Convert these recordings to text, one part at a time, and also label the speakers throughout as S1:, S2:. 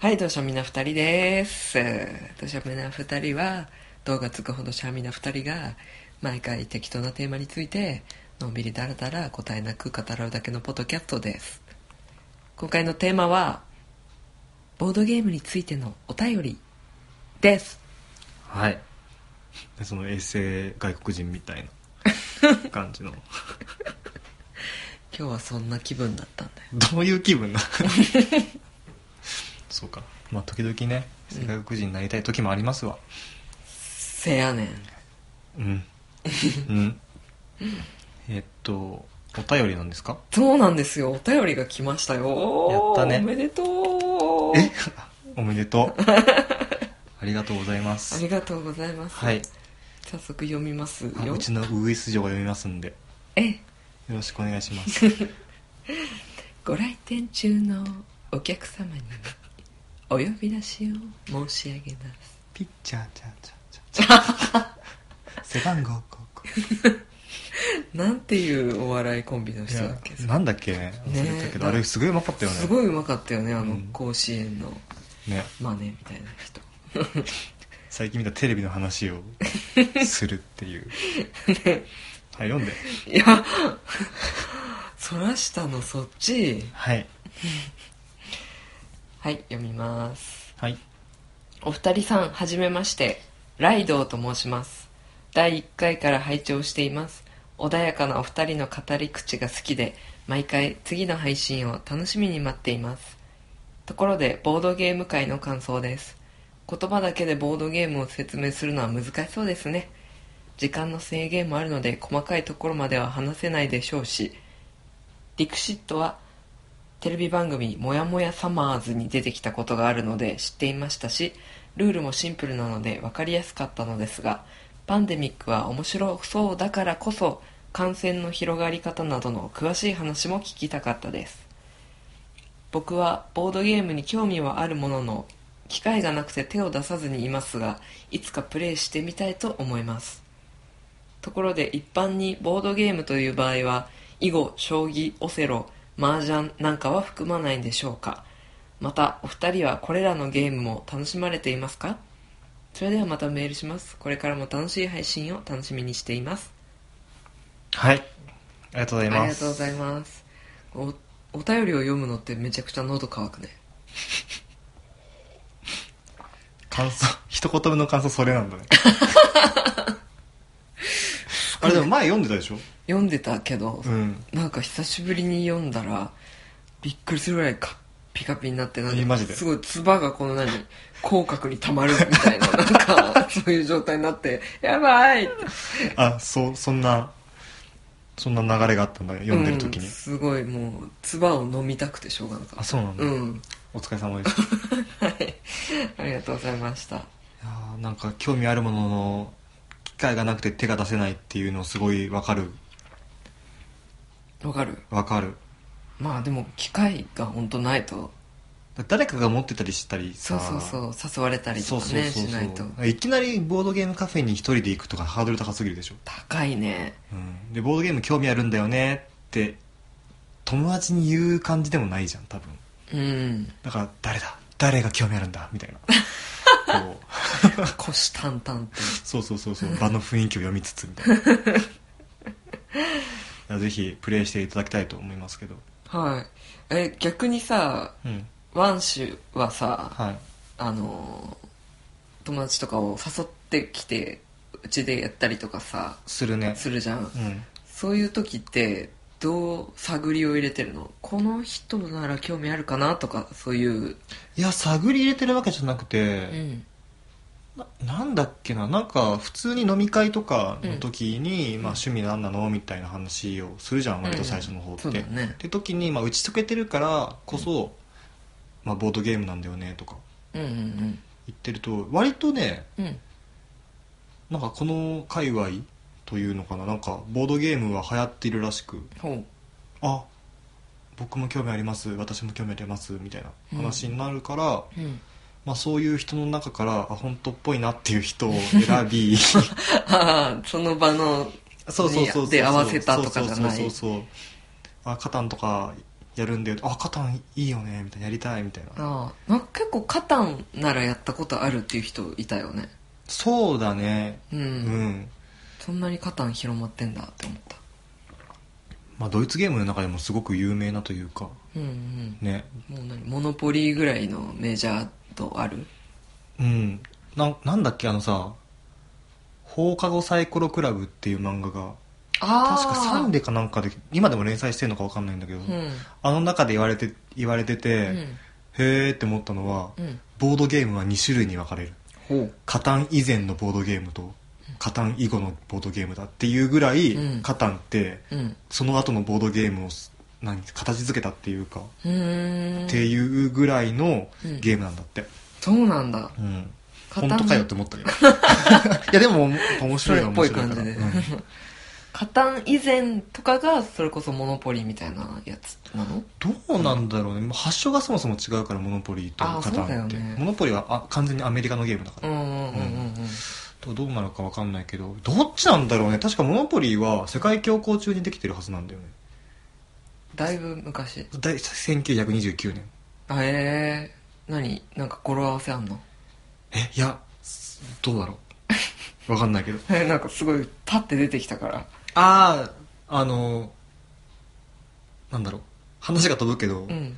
S1: はい、どうしようみんな二人です。どうしようみんな二人は、動画つくほどしゃみな二人が、毎回適当なテーマについて、のんびりだらだら答えなく語らうだけのポッドキャストです。今回のテーマは、ボードゲームについてのお便りです。
S2: はい。でその衛星外国人みたいな感じの
S1: 今日はそんな気分だったんだ
S2: よどういう気分 なそうかまあ時々ね外国人になりたい時もありますわ、うん、
S1: せやね
S2: んうんうんえー、っとお便りなんですか
S1: そうなんですよお便りが来ましたよ
S2: やったね
S1: おめでとうえ
S2: おめでとうありがとうございます。
S1: ありがとうございます。
S2: はい。
S1: 早速読みますよ。
S2: うちのウグイス嬢が読みますんで。
S1: えよ
S2: ろしくお願いします。
S1: ご来店中のお客様にお呼び出しを申し上げます。
S2: ピッチャーチャーチャーチャー チャー。背番号ここ。
S1: なんていうお笑いコンビの人だっけ
S2: なんだっけね忘れたけど、あれすごいうまかったよね
S1: すごいうまかったよねあの甲子園の、
S2: ね
S1: マネみたいな人
S2: 最近見たテレビの 話をするっていうね、はい読んで
S1: いや そらしたのそっち
S2: はい
S1: はい読みます
S2: はい
S1: お二人さんはじめましてライドウと申します第1回から拝聴しています穏やかなお二人の語り口が好きで毎回次の配信を楽しみに待っていますところでボードゲーム界の感想です言葉だけでボードゲームを説明するのは難しそうですね時間の制限もあるので細かいところまでは話せないでしょうしディクシットはテレビ番組「もやもやサマーズ」に出てきたことがあるので知っていましたしルールもシンプルなので分かりやすかったのですがパンデミックは面白そうだからこそ感染の広がり方などの詳しい話も聞きたかったです僕はボードゲームに興味はあるものの機会がなくて手を出さずにいますがいつかプレイしてみたいと思いますところで一般にボードゲームという場合は囲碁将棋オセロ麻雀なんかは含まないんでしょうかまたお二人はこれらのゲームも楽しまれていますかそれではまたメールしますこれからも楽しい配信を楽しみにしています
S2: はいありがとうございますあ
S1: りがとうございますお便りを読むのってめちゃくちゃ喉乾くね
S2: 感想一言目の感想それな んだねあれでも前読んでたでしょ
S1: 読んでたけど、
S2: うん、
S1: なんか久しぶりに読んだらびっくりするぐらいカピカピになってなん
S2: か
S1: すごい唾がこの何口角にたまるみたいな なんかそういう状態になってやばい
S2: あそうそんなそんな流れがあったんだね読んでる時に、うん、
S1: すごいもう唾を飲みたくてしょうがなかった
S2: あそうなんだ、
S1: うん
S2: お疲れ様でした
S1: はいありがとうございましたい
S2: やなんか興味あるものの機会がなくて手が出せないっていうのすごいわかる
S1: わかる
S2: わかる
S1: まあでも機会が本当ないと
S2: 誰かが持ってたりしたり
S1: そうそうそう誘われたりとかねしないと
S2: いきなりボードゲームカフェに一人で行くとかハードル高すぎるでしょ
S1: 高いね、
S2: うん、でボードゲーム興味あるんだよねって友達に言う感じでもないじゃん多分
S1: うん、
S2: だから誰だ誰が興味あるんだみたいなこ
S1: う虎視眈々と
S2: そうそうそうそう場の雰囲気を読みつつみたいなぜひプレイしていただきたいと思いますけど
S1: はいえ逆にさ、
S2: うん、
S1: ワンシュはさ、
S2: はい、
S1: あの友達とかを誘ってきてうちでやったりとかさ
S2: するね、
S1: するじゃん、うんそういう時ってどう探りを入れてるのこの人なら興味あるかなとかそういう
S2: いや探り入れてるわけじゃなくて、、
S1: うん
S2: なんだっけななんか普通に飲み会とかの時に、うん、まあ、趣味何なのみたいな話をするじゃん、うん、割と最初の方って、うん
S1: うんね、
S2: って時に、まあ、打ち解けてるからこそ、うん、まあ、ボードゲームなんだよねとか
S1: 言
S2: ってると割とね、
S1: うん、
S2: なんかこの界隈というのかななんかボードゲームは流行っているらしくあ僕も興味あります私も興味ありますみたいな話になるから、
S1: うん、
S2: まあ、そういう人の中からあ本当っぽいなっていう人を選び
S1: あその場の
S2: そうそうそうそう
S1: で合わせたとかじゃない
S2: そうそうそうそうあカタンとかやるんだよあカタンいいよねみたいなやりたいみたいな
S1: ああなんか結構カタンならやったことあるっていう人いたよね
S2: そうだね
S1: うん、
S2: うん
S1: そんなにカタン広まってんだって思った
S2: まあドイツゲームの中でもすごく有名なというか
S1: うん
S2: ね
S1: うんもう何モノポリーぐらいのメジャーとある
S2: うんななんだっけあのさ「放課後サイコロクラブ」っていう漫画が
S1: あ
S2: 確かサンデーかなんかで今でも連載してるのか分かんないんだけど、
S1: うん
S2: あの中で言われて言われてて、
S1: うん
S2: へえって思ったのは、
S1: うん
S2: ボードゲームは2種類に分かれる
S1: ほう
S2: カタン以前のボードゲームとカタン以後のボードゲームだっていうぐらい、
S1: うん
S2: カタンって
S1: うん
S2: その後のボードゲームを何形付けたっていうか、
S1: うーん
S2: っていうぐらいの
S1: うん
S2: ゲームなんだって
S1: そうなんだ
S2: うん
S1: カタン
S2: 本当かよって思ったけ どいやでも面白いのは面白いから
S1: それっぽい
S2: うん
S1: 感じで カタン以前とかがそれこそモノポリーみたいなやつなの
S2: どうなんだろうね、発祥がそもそも違うからモノポリーと
S1: あー
S2: カタ
S1: そうだよ
S2: ンって、
S1: ね
S2: モノポリーはあ完全にアメリカのゲームだから
S1: う、んうんうんうんうん
S2: どうなるか分かんないけどどっちなんだろうね確かモノポリーは世界恐慌中にできてるはずなんだよね
S1: だいぶ昔
S2: 大1929年
S1: あえー、何なんか語呂合わせあんの
S2: えいやすどうだろう 分かんないけど
S1: えなんかすごいパッて出てきたから
S2: あああのなんだろう話が飛ぶけど、
S1: うん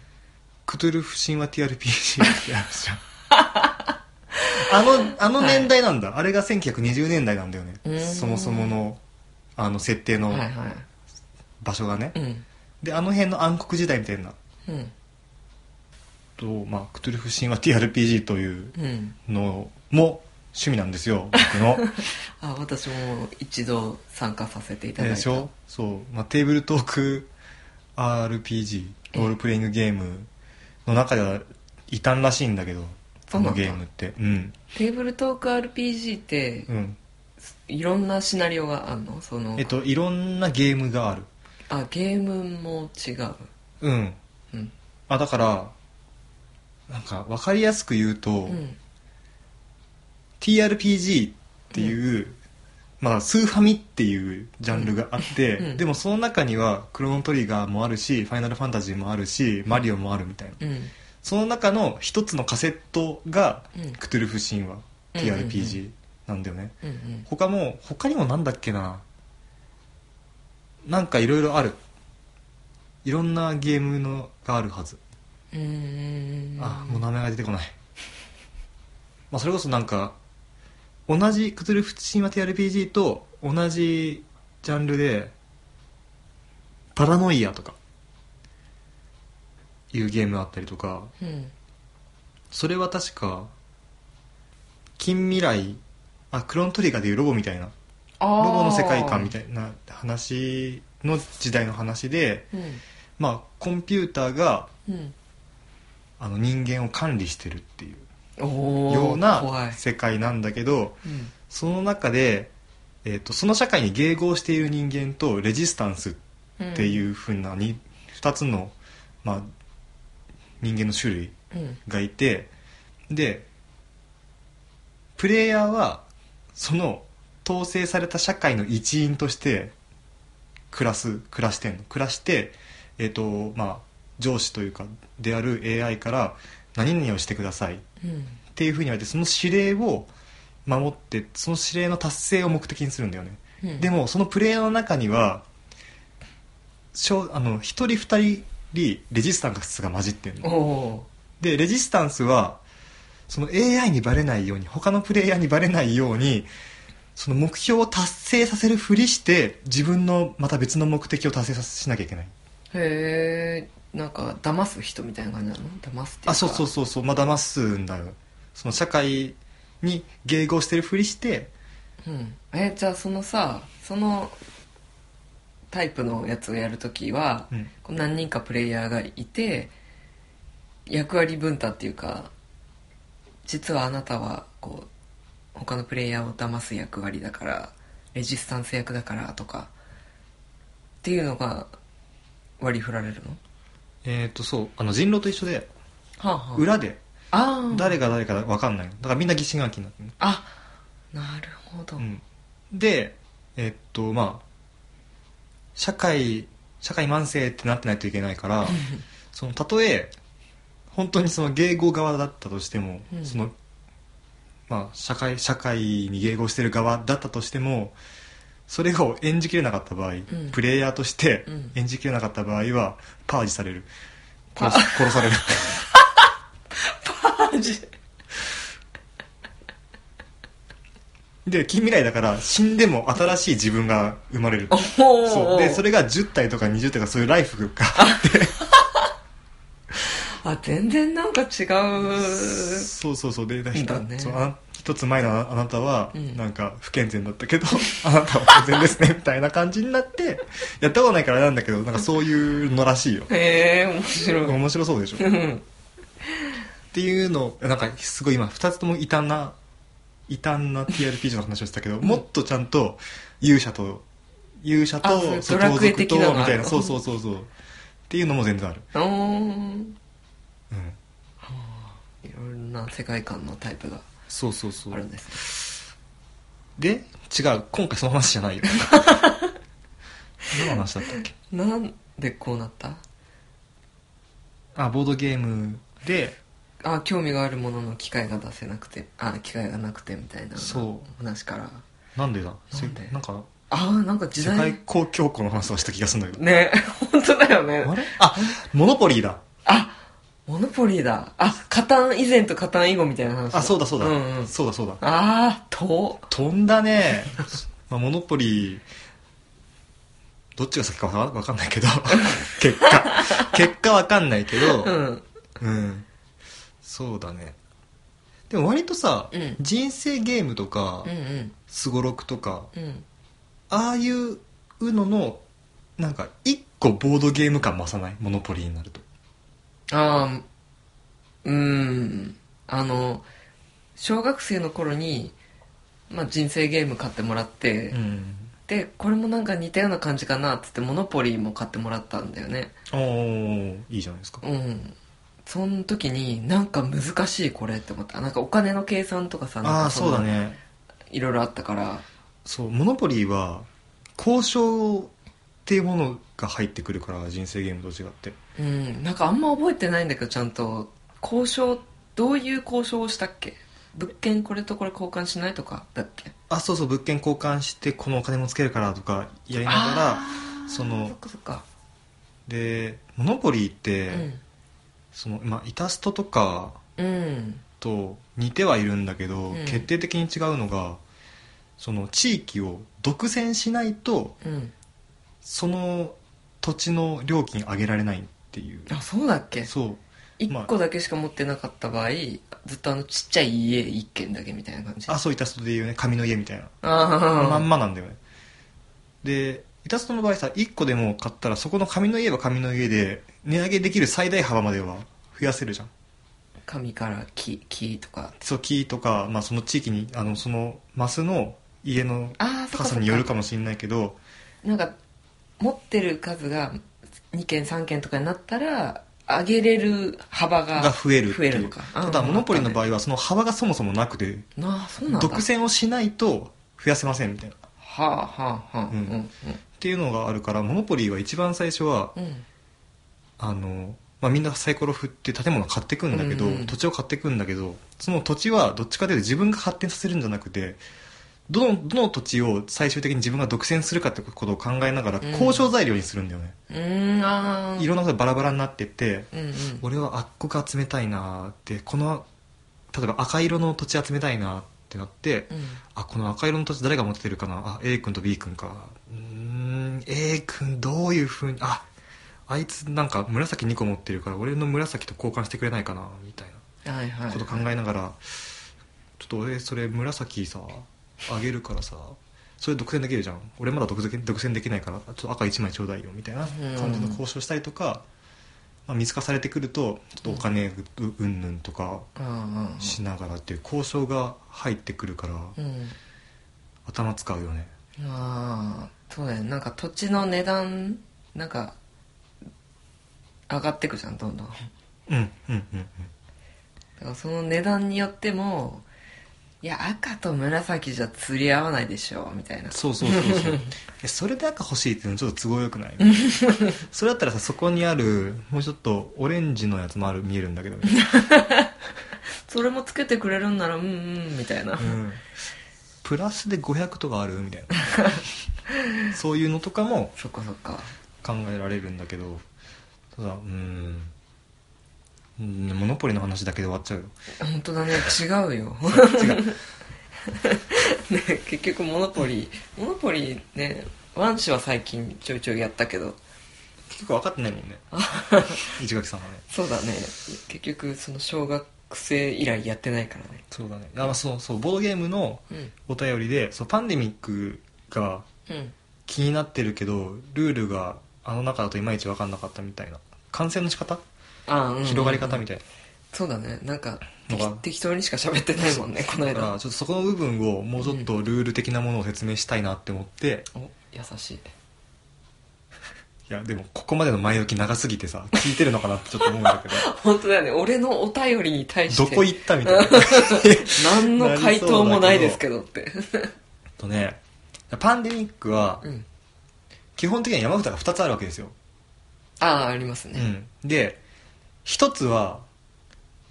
S2: クトゥルフ神話 TRPG ってあるじゃん あのあの年代なんだ、あれが1920年代なんだよ
S1: う
S2: ね
S1: ーん
S2: そもそものあの設定の
S1: はいは
S2: 場所がね、
S1: いうん
S2: であの辺の暗黒時代みたいな
S1: うん
S2: と、まあ、クトゥルフ神話 TRPG という
S1: うん
S2: のも趣味なんですよ僕の
S1: あ私も一度参加させていただいた、
S2: でしょそう、まあ、テーブルトーク RPG ロールプレイングゲームの中では異端らしいんだけど
S1: そ
S2: こ
S1: うなん
S2: の
S1: だ
S2: ゲームってうん
S1: テーブルトーク RPG って
S2: うん
S1: いろんなシナリオがあるのその、
S2: えっといろんなゲームがある
S1: あゲームも違う
S2: うん
S1: うん
S2: あだからなんか分かりやすく言うと、
S1: うん、
S2: TRPG っていう、まあ、スーファミっていうジャンルがあって、
S1: うんうん
S2: でもその中にはクロノトリガーもあるしファイナルファンタジーもあるしマリオもあるみたいな
S1: うん、
S2: その中の一つのカセットが、
S1: うん
S2: クトゥルフ神話
S1: うん
S2: TRPG なんだよね、
S1: うんうん
S2: 他も他にもなんだっけななんかいろいろあるいろんなゲームのがあるはず
S1: うーん
S2: あもう名前が出てこない、 まあ、それこそなんか同じクトゥルフ神話 TRPG と同じジャンルでパラノイアとかいうゲームあったりとか
S1: うん
S2: それは確か近未来あクロントリガーでいうロボみたいな
S1: あ
S2: ロボの世界観み
S1: い
S2: たいな話の時代の話で
S1: う
S2: まあコンピューターが
S1: んうん
S2: あの人間を管理してるっていう
S1: おー
S2: ような
S1: 怖い、
S2: 世界なんだけど
S1: うん
S2: その中で、えー、とその社会に迎合している人間とレジスタンスって
S1: う
S2: いうふうな 2, 二つの、まあ、人間の種類
S1: ん、うん
S2: がいてでプレイヤーはその統制された社会の一員として暮らす暮らしてんの暮らして、えーとまあ、上司というかである AI から何々をしてください
S1: うん
S2: っていうふうに言われてその指令を守ってその指令の達成を目的にするんだよね、
S1: うん
S2: でもそのプレイヤーの中にはしょあの1人2人レジスタンスが混じってん
S1: お
S2: の
S1: お
S2: でレジスタンスはその AI にバレないように他のプレイヤーにバレないようにその目標を達成させるふりして自分のまた別の目的を達成させしなきゃいけない
S1: へえんか騙す人みたいな感じなの騙すっていうか
S2: あそうそうそうそうまあ騙すんだよその社会に迎合してるふりして
S1: うん、えじゃあそのさそのタイプのやつをやるときは、
S2: うん
S1: こう何人かプレイヤーがいて役割分担っていうか実はあなたはこう他のプレイヤーを騙す役割だからレジスタンス役だからとかっていうのが割り振られるの
S2: えっ、とそうあの人狼と一緒で
S1: はあ、はあ、
S2: 裏で
S1: あー
S2: 誰が誰か分かんないのだからみんな疑心暗鬼になってる、
S1: あなるほど、
S2: うん、でえっとまあ社会社会慢性ってなってないといけないからそのたとえ本当にその迎合側だったとしても、
S1: うん
S2: そのまあ社会社会に迎合してる側だったとしてもそれを演じきれなかった場合、
S1: ん
S2: プレイヤーとして
S1: うん
S2: 演じきれなかった場合はパージされる
S1: パ
S2: 殺す殺される
S1: パージ
S2: で近未来だから死んでも新しい自分が生まれる
S1: おー
S2: そうでそれが10体とか20体とかそういうライフが
S1: あ全然なんか違う
S2: そうそうそうでだひ
S1: だ
S2: た
S1: ね
S2: そうあな一つ前のああなたは
S1: うん
S2: なんか不健全だったけど、 あなたは健 全ですねみたいな感じになってやったことないからあれなんだけどなんかそういうのらしいよ
S1: へえ面白 い
S2: 面白そうでしょっ
S1: うん
S2: ていうのなんかすごい今2つとも異端な異端な TRPG の話をしたけど、もっとちゃんと勇者と勇者
S1: あそう
S2: とそう
S1: ドラクエ
S2: 盗賊
S1: 的なの
S2: と
S1: がある
S2: みたいなそうそうそうそうっていうのも全然ある、
S1: おー
S2: うん、
S1: いろんな世界観のタイプが
S2: そうそうそ
S1: あるんです
S2: で違う今回その話じゃないよどの話だったっけ
S1: ねなんでこうなった
S2: あボードゲームで
S1: あ興味があるものの機会が出せなくてあ機会がなくてみたいな
S2: そう
S1: 話から
S2: なんでだ
S1: なんで
S2: せなんか
S1: ああんか時
S2: 世
S1: 代
S2: 界公共庫の話をした気がするんだけ
S1: ね本当だよね
S2: どあれあモノポリーだ
S1: あモノポリーだあカタン以前とカタン以後みたいな話だ
S2: あそうだそうだ、
S1: んうん、
S2: そうだそうだ
S1: ああ遠
S2: 飛んだね、まあ、モノポリーどっちが先かわかわかんない けど結果結果わかんないけど、
S1: うん
S2: うんそうだねでも割とさ、
S1: うん
S2: 人生ゲームとか
S1: うんうん
S2: すごろくとか
S1: うん
S2: ああいうののなんか一個ボードゲーム感増さないモノポリーになると
S1: ああうんあの小学生の頃に、まあ、人生ゲーム買ってもらって、
S2: ん
S1: でこれもなんか似たような感じかなっつってモノポリーも買ってもらったんだよね
S2: おーいいじゃないですか
S1: うんその時になんか難しいこれって思ったなんかお金の計算とかさなん
S2: あ
S1: か
S2: あそうだね
S1: いろいろあったから
S2: そうモノポリーは交渉っていうものが入ってくるから人生ゲームと違って
S1: うんなんかあんま覚えてないんだけどちゃんと交渉どういう交渉をしたっけ物件これとこれ交換しないとかだっけ
S2: あそうそう物件交換してこのお金もつけるからとかやりながら
S1: あー
S2: その
S1: そっかそっか
S2: でモノポリーって、
S1: うん
S2: そのまあイタストとか
S1: うん
S2: と似てはいるんだけど、
S1: うん
S2: 決定的に違うのがその地域を独占しないと
S1: うん
S2: その土地の料金上げられないっていう
S1: あそうだっけ
S2: そうまあ
S1: 1個だけしか持ってなかった場合ずっとあのちっちゃい家1軒だけみたいな感じ
S2: あそうイタストで言うね紙の家みたいな、
S1: あ
S2: まんまなんだよねでイタストの場合さ1個でも買ったらそこの紙の家は紙の家で値上げできる最大幅までは増やせるじゃん
S1: 紙から木木とか
S2: そう木とか、まあ、その地域にあのそのマスの家の
S1: ああそっ
S2: 高
S1: かそ
S2: さ
S1: っ
S2: による
S1: か
S2: かもしれないけど
S1: なんか持ってる数が2件3件とかになったら上げれる幅が
S2: が増えるっていう
S1: のか
S2: ただモノポリの場
S1: 合
S2: 合はその幅がそもそもなくて
S1: なあそうなんだ
S2: 独占をしないと増やせませんみたいなっ
S1: はあはあはあ
S2: うんていうのがあるからモノポリは一番最初は
S1: うんうん
S2: あの、まあ、みんなサイコロ振って建物買ってくんだけど、
S1: うんうん
S2: 土地を買ってくんだけどその土地はどっちかというと自分が発展させるんじゃなくてどのどの土地を最終的に自分が独占するかってことを考えながら
S1: うん
S2: 交渉材料にするんだよね、
S1: うーんああ
S2: いろんなことでバラバラになってって
S1: うんうん
S2: 俺はあっこが集めたいなーってこの例えば赤色の土地集めたいなーってなって、
S1: うん
S2: あこの赤色の土地誰が持ってるかなあ A 君と B 君かうーん A 君どういうふうにああいつなんか紫2個持ってるから俺の紫と交換してくれないかなみたい
S1: はいは
S2: ないこと考えながらちょっと俺それ紫さあげるからさそれ独占できるじゃん俺まだ独占独占できないからちょっと赤1枚ちょうだいよみたいな感じの交渉したりとか、まあ、見透かされてくるとちょっとお金うんぬんとか
S1: ああ
S2: しながらっていう交渉が入ってくるから。
S1: うん
S2: 頭使うよね
S1: ああそうだよねなんか土地の値段なんか上がってくじゃんどんどん
S2: うんうんうん
S1: だからその値段によってもいや赤と紫じゃ釣り合わないでしょみたいな
S2: そうそうそうそう えそれで赤欲しいっていうのちょっと都合よくない それだったらさそこにあるもうちょっとオレンジのやつもある見えるんだけど、ね、
S1: それもつけてくれるんならうんうんみたいな、
S2: うんプラスで500とかあるみたい なそういうのとかも
S1: そっかそっか
S2: 考えられるんだけどただうんうんモノポリの話だけで終わっちゃうよ
S1: 本当だね違うよ
S2: 違う
S1: ね結局モノポリーモノポリーねワン氏は最近ちょいちょいやったけど
S2: 結局分かってないも んね市垣さんはね
S1: そうだね結局その小学生以来やってないからね
S2: そうだねあまあそうそうボードゲームのお便りでそうパンデミックが
S1: うんうん
S2: 気になってるけどルールがあの中だといまいち分かんなかったみたいな感染の仕方
S1: あ、うんうん、
S2: 広がり方みたいな、
S1: そうだねなんか
S2: のが
S1: 適適当にしか喋ってないもんねこの
S2: だか
S1: 間
S2: らちょっとそこの部分をもうちょっとルール的なものを説明したいなって思って、
S1: お優しい
S2: いやでもここまでの前置き長すぎてさ聞いてるのかなってちょっと思う んだけど
S1: 本当だよね俺のお便りに対して
S2: どこ行ったみたいな えっ
S1: 何の回答もないですけどって
S2: とねパンデミックは
S1: うん
S2: 基本的には山札が2つあるわけですよ、
S1: ああありますね
S2: うん、で1つは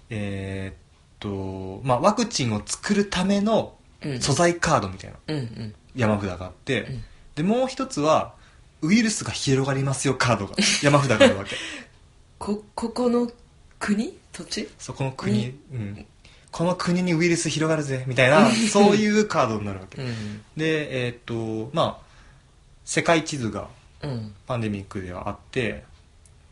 S2: えーっと、まあ、ワクチンを作るための
S1: うん
S2: 素材カードみたいな
S1: うんうん
S2: 山札があって、
S1: うん
S2: でもう1つはウイルスが広がりますよカードが 山札があるわけ
S1: こここの国土地
S2: そこの国、うん、この国にウイルス広がるぜみたいなそういうカードになるわけ、
S1: うん
S2: でえーっとまあ世界地図が
S1: うん
S2: パンデミックではあって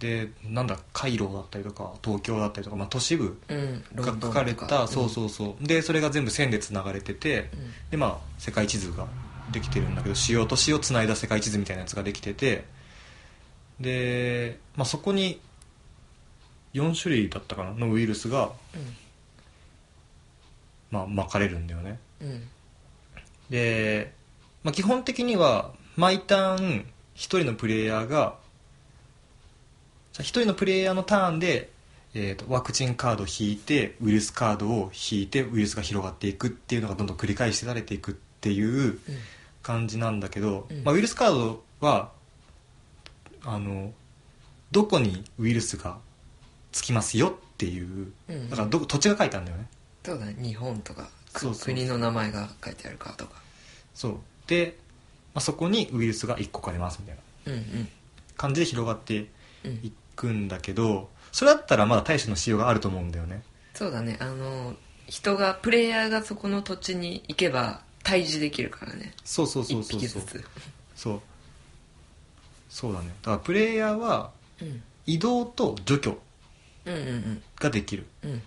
S2: でなんだカイロだったりとか東京だったりとか、まあ、都市部
S1: うん
S2: が書かれたそう
S1: う
S2: そうそう、でそれが全部線でつながれてて
S1: ん
S2: でまあ世界地図ができてるんだけど主要都市をつないだ世界地図みたいなやつができててで、まあ、そこに4種類だったかなのウイルスが、まあ、巻かれるんだよね
S1: うんうん
S2: で、まあ、基本的には毎ターン1人のプレイヤーが1人のプレイヤーのターンで、えーとワクチンカードを引いてウイルスカードを引いてウイルスが広がっていくっていうのがどんどん繰り返してされていくっていう
S1: うん
S2: 感じなんだけど、
S1: うん
S2: まあ、ウイルスカードはあのどこにウイルスがつきますよっていう
S1: うんうん
S2: だからどこ土地が書いてあるんだよね
S1: そうだね日本とかく
S2: そうそう
S1: 国の名前が書いてあるかとか
S2: そうで、まあ、そこにウイルスが1個かれますみたいな
S1: うんうん
S2: 感じで広がって
S1: う
S2: い
S1: ん
S2: くんだけどそれだったらまだ対処のしようがあると思うんだよね
S1: そうだねあの人がプレイヤーがそこの土地に行けば退治できるからね
S2: そうそうそう
S1: 一
S2: そう
S1: 匹
S2: そ
S1: ず
S2: う
S1: つ
S2: そうそうだねだからプレイヤーは
S1: うん
S2: 移動と除去
S1: うんうん
S2: ができる
S1: うんうん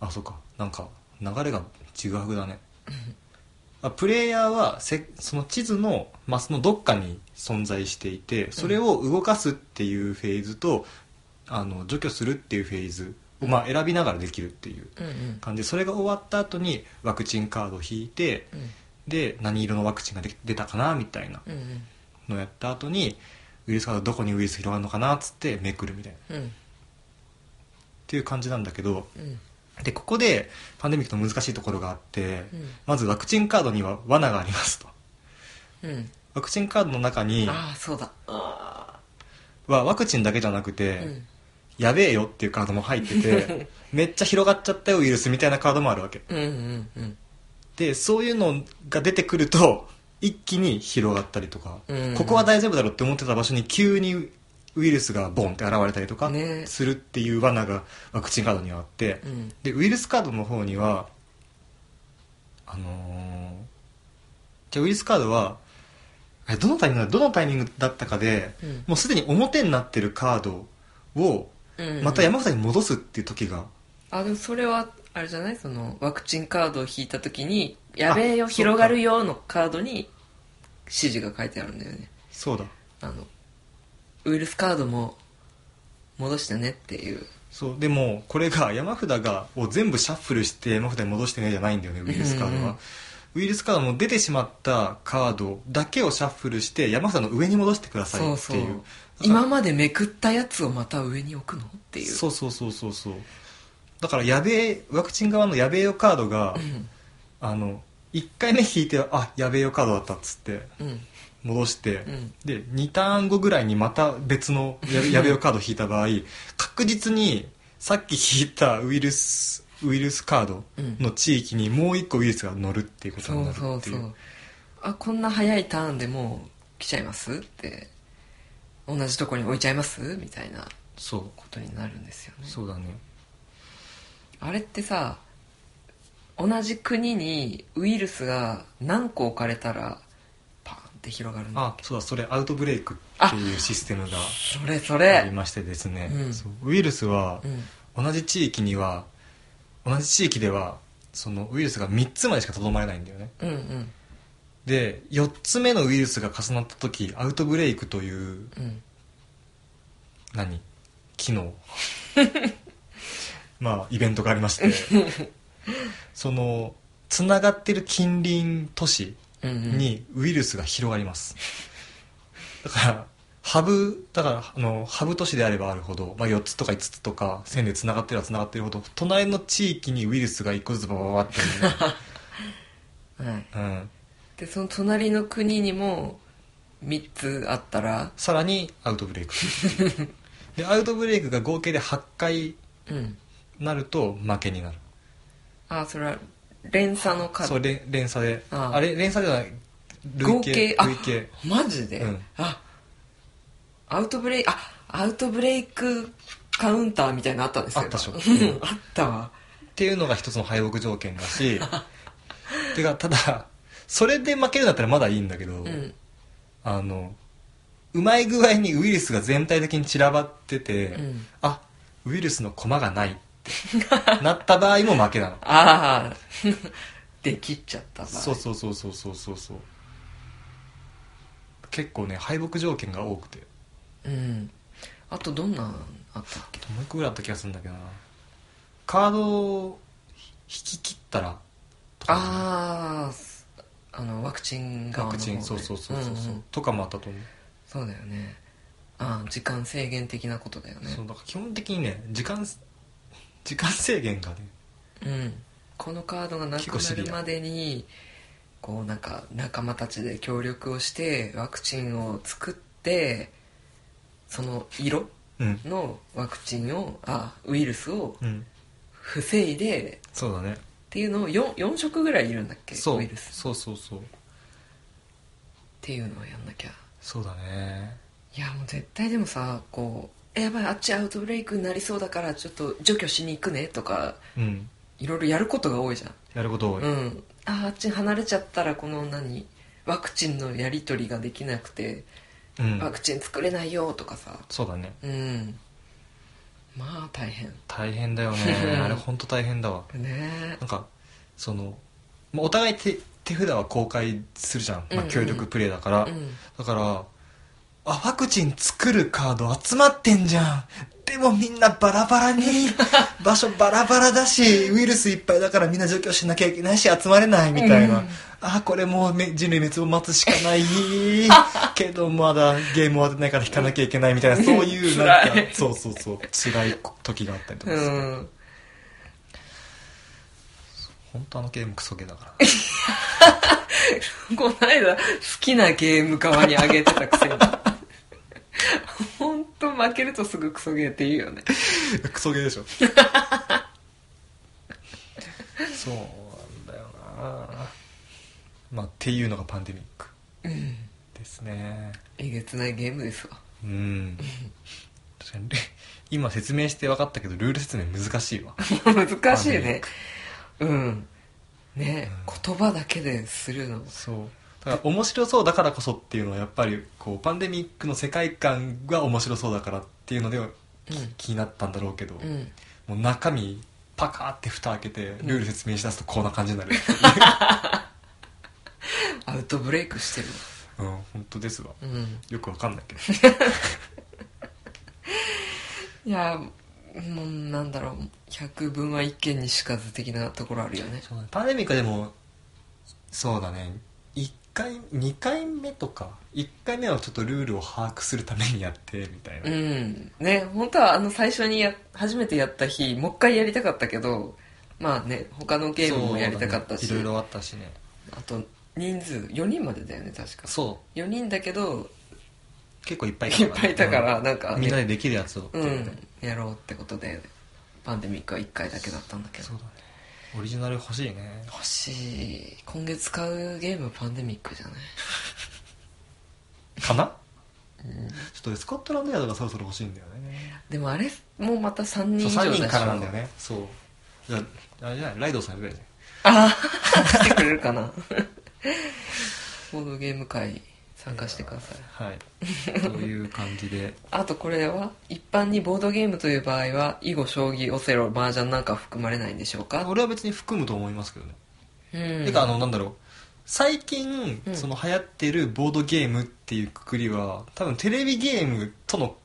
S2: あそうかなんか流れがちぐはぐだ ねあプレイヤーはせその地図のマスのどっかに存在していてそれを動かすっていうフェーズと、あの除去するっていうフェーズを、まあ、選びながらできるっていう
S1: うんうん
S2: 感じでそれが終わった後にワクチンカードを引いて
S1: うん
S2: で何色のワクチンがで出たかなみたいな
S1: うんうん
S2: のをやった後にウイルスカードどこにウイルス広がるのかなっつってめくるみたいなっ
S1: うん
S2: ていう感じなんだけど
S1: うん
S2: でここでパンデミックの難しいところがあって
S1: うん
S2: まずワクチンカードには罠がありますと
S1: うん
S2: ワクチンカードの中に
S1: ああそうだあ
S2: はワクチンだけじゃなく
S1: あ
S2: て、
S1: うん
S2: やべえよっていうカードも入っ ててめっちゃ広がっちゃったよウイルスみたいなカードもあるわけ
S1: うんうんうん
S2: でそういうのが出てくると 一気に広がったりとか、
S1: うん
S2: ここは大丈夫だろうって思ってた場所に急にウイルスがボンって現れたりとか
S1: ね
S2: するっていう罠がワクチンカードにはあって、
S1: うん
S2: でウイルスカードの方にはあのーじゃあウイルスカードはあれどのタイミングだどのタイミングだったかで、
S1: うん
S2: もうすでに表になってるカードを
S1: うんうん
S2: また山札に戻すっていう時が
S1: あでもそれはあれじゃないそのワクチンカードを引いた時に「やべえよ
S2: そうか
S1: 広がるよ」のカードに指示が書いてあるんだよね
S2: そうだ
S1: あのウイルスカードも戻してねっていう
S2: そうでもこれが山札がを全部シャッフルして山札に戻してねじゃないんだよねウイルスカードは、
S1: うんうん
S2: ウイルスカードの出てしまったカードだけをシャッフルして山札の上に戻してくださいってい
S1: そう
S2: う
S1: そう
S2: だから
S1: 今までめくったやつをまた上に置くのっていう
S2: そうそうそうそうそうだからやべえワクチン側のやべえよカードが、
S1: うん
S2: あの1回目引いてあやべえよカードだったっつって
S1: うん
S2: 戻して、
S1: うん
S2: で2ターン後ぐらいにまた別のや べやべえよカード引いた場合確実にさっき引いたウイルスウイルスカードの地域にもう1個ウイルスが乗るっていうこと
S1: そ
S2: にな
S1: う
S2: るっていう
S1: そうそうあこんな早いターンでもう来ちゃいますって同じとこに置いちゃいますみたいな
S2: そう
S1: ことになるんですよね
S2: そうだね
S1: あれってさ同じ国にウイルスが何個置かれたらパーンって広がるんだ
S2: あそうだそれアウトブレイクっていうシステムが
S1: それそ
S2: あり
S1: れ
S2: ましてですね、
S1: うん
S2: そうウイルスは
S1: うん
S2: 同じ地域には同じ地域ではそのウイルスが3つまでしかとどまれないんだよね
S1: うんうん
S2: で4つ目のウイルスが重なった時アウトブレイクという
S1: うん
S2: 何機能まあイベントがありましてそのつながってる近隣都市
S1: うんうん
S2: にウイルスが広がります、だからハブだからあのハブ都市であればあるほど、まあ、4つとか5つとか線でつながってるはつながってるほど隣の地域にウイルスが1個ずつババババって、
S1: はい
S2: うん、
S1: でその隣の国にも3つあったら
S2: さらにアウトブレイクでアウトブレイクが合計で8回
S1: うん
S2: なると負けになる
S1: あそれは連鎖の数
S2: そう連連鎖で
S1: あ
S2: あ
S1: あ
S2: れ連鎖ではない
S1: 合
S2: 累
S1: 計
S2: 計
S1: あ
S2: 累計
S1: マジで、
S2: うん
S1: あアウトブレイクあアウトブレイクカウンターみたいなのあったんですよ
S2: あったでしょ
S1: うん あったわ
S2: っていうのが一つの敗北条件 だしてかただそれで負けるんだったらまだいいんだけど、
S1: うん
S2: あのうまい具合にウイルスが全体的に散らばってて、
S1: うん
S2: あウイルスの駒がないって なった場合も負け なの
S1: ああ できっちゃった場合
S2: そうそうそうそうそうそうそう結構ね敗北条件が多くて
S1: うんあとどんなんあったっけ
S2: もう一個ぐらいあった気がするんだけどなカードを引き切ったらとかね
S1: あああのワクチン側
S2: ワ
S1: の
S2: クチン
S1: 方
S2: そう
S1: で
S2: そうそうそうそう、
S1: んん
S2: とかもあったと思う
S1: そうだよねああ時間制限的なことだよね
S2: そうだから基本的にね時間時間制限がね
S1: うん、このカードがなく
S2: 結構シ
S1: な
S2: ビア
S1: るまでにこうなんか仲間たちで協力をしてワクチンを作ってその色
S2: うん
S1: のワクチンをあウイルスを
S2: うん
S1: 防いで
S2: そうだね
S1: っていうのを 4, 4色ぐらいいるんだっけ
S2: そう
S1: ウイルスっ
S2: そうそうそう
S1: ていうのをやんなきゃ
S2: そうだね
S1: いやもう絶対でもさこうえやばいあっちアウトブレイクになりそうだからちょっと除去しに行くねとか
S2: うん
S1: いろいろやることが多いじゃん
S2: やること多い、
S1: うん、ああっち離れちゃったらこの何ワクチンのやり取りができなくて、
S2: うん
S1: ワクチン作れないよとかさ
S2: そうだね
S1: うんまあ大変
S2: 大変だよ ねあれ本当大変だわ
S1: ね
S2: なんかそのまあお互い手手札は公開するじゃん、
S1: うん
S2: ま
S1: う
S2: あ、
S1: ん
S2: 協力プレイだから、
S1: うん
S2: だからあワクチン作るカード集まってんじゃんでもみんなバラバラに 場所バラバラだしウイルスいっぱいだからみんな除去しなきゃいけないし集まれないみたいな、
S1: うん
S2: あこれもうめ人類滅亡待つしかない けどまだゲーム終わってないから引かなきゃいけないみ たいなそういうなんか
S1: 辛い
S2: そうそうそう辛い時があったりと
S1: う
S2: かする
S1: ん
S2: 本当あのゲームクソゲーだから
S1: この間好きなゲーム側にあげてたくせに 本当負けるとすぐクソゲーって言うよね
S2: クソゲーでしょそうなんだよなまあっていうのがパンデミック
S1: うん
S2: ですね
S1: えげつないゲームですわ
S2: うん確かにル今説明して分かったけどルール説明難しいわ
S1: 難しい
S2: パンデミ
S1: ね
S2: ック
S1: うんね、言葉だけでするの
S2: そうだから面白そうだからこそっていうのはやっぱりこうパンデミックの世界観が面白そうだからっていうので
S1: うん
S2: 気になったんだろうけど、
S1: うん
S2: もう中身パカーって蓋開けてルール説明しだすとこんな感じになる、
S1: アウトブレイクしてる
S2: うん、本当ですわ
S1: わうん
S2: よくわかんない けど
S1: いやもうなんだろう百分は一見にしかず的なところあるよね
S2: そうだねパンデミックはでもそうだね1回2回目とか1回目はちょっとルールを把握するためにやってみたい
S1: う
S2: な、
S1: んね本当はあの最初にや初めてやった日もう一回やりたかったけどまあね他のゲームもやりたかったし、
S2: そうだねいろいろあったしね
S1: あと人数4人までだよね確か
S2: そ
S1: 4人だけど
S2: う結構いっぱい
S1: いっぱいいたからなんかね
S2: みんなでできるやつをって
S1: う
S2: いうね
S1: んやろうってことでパンデミックは1回だけだったんだけど
S2: そうだねオリジナル欲しいね
S1: 欲しい今月買うゲームパンデミックじゃない
S2: かなちょっとねスコットランドヤードがそろそろ欲しいんだよね
S1: でもあれもうまた3人
S2: そ
S1: 以
S2: う
S1: 上だし
S2: 3人からなんだよねそうじゃああれじゃないライドウさんやればいいね
S1: ああ来てくれるかなボードゲーム会参加してください
S2: はい という感じで
S1: あとこれは一般にボードゲームという場合は囲碁将棋オセロ麻雀なんかは含まれないんでしょうか
S2: 俺は別に含むと思いますけどね
S1: うん
S2: てかあのなんだろう最近、
S1: うん
S2: その流行ってるボードゲームっていうくくりは多分テレビゲームとの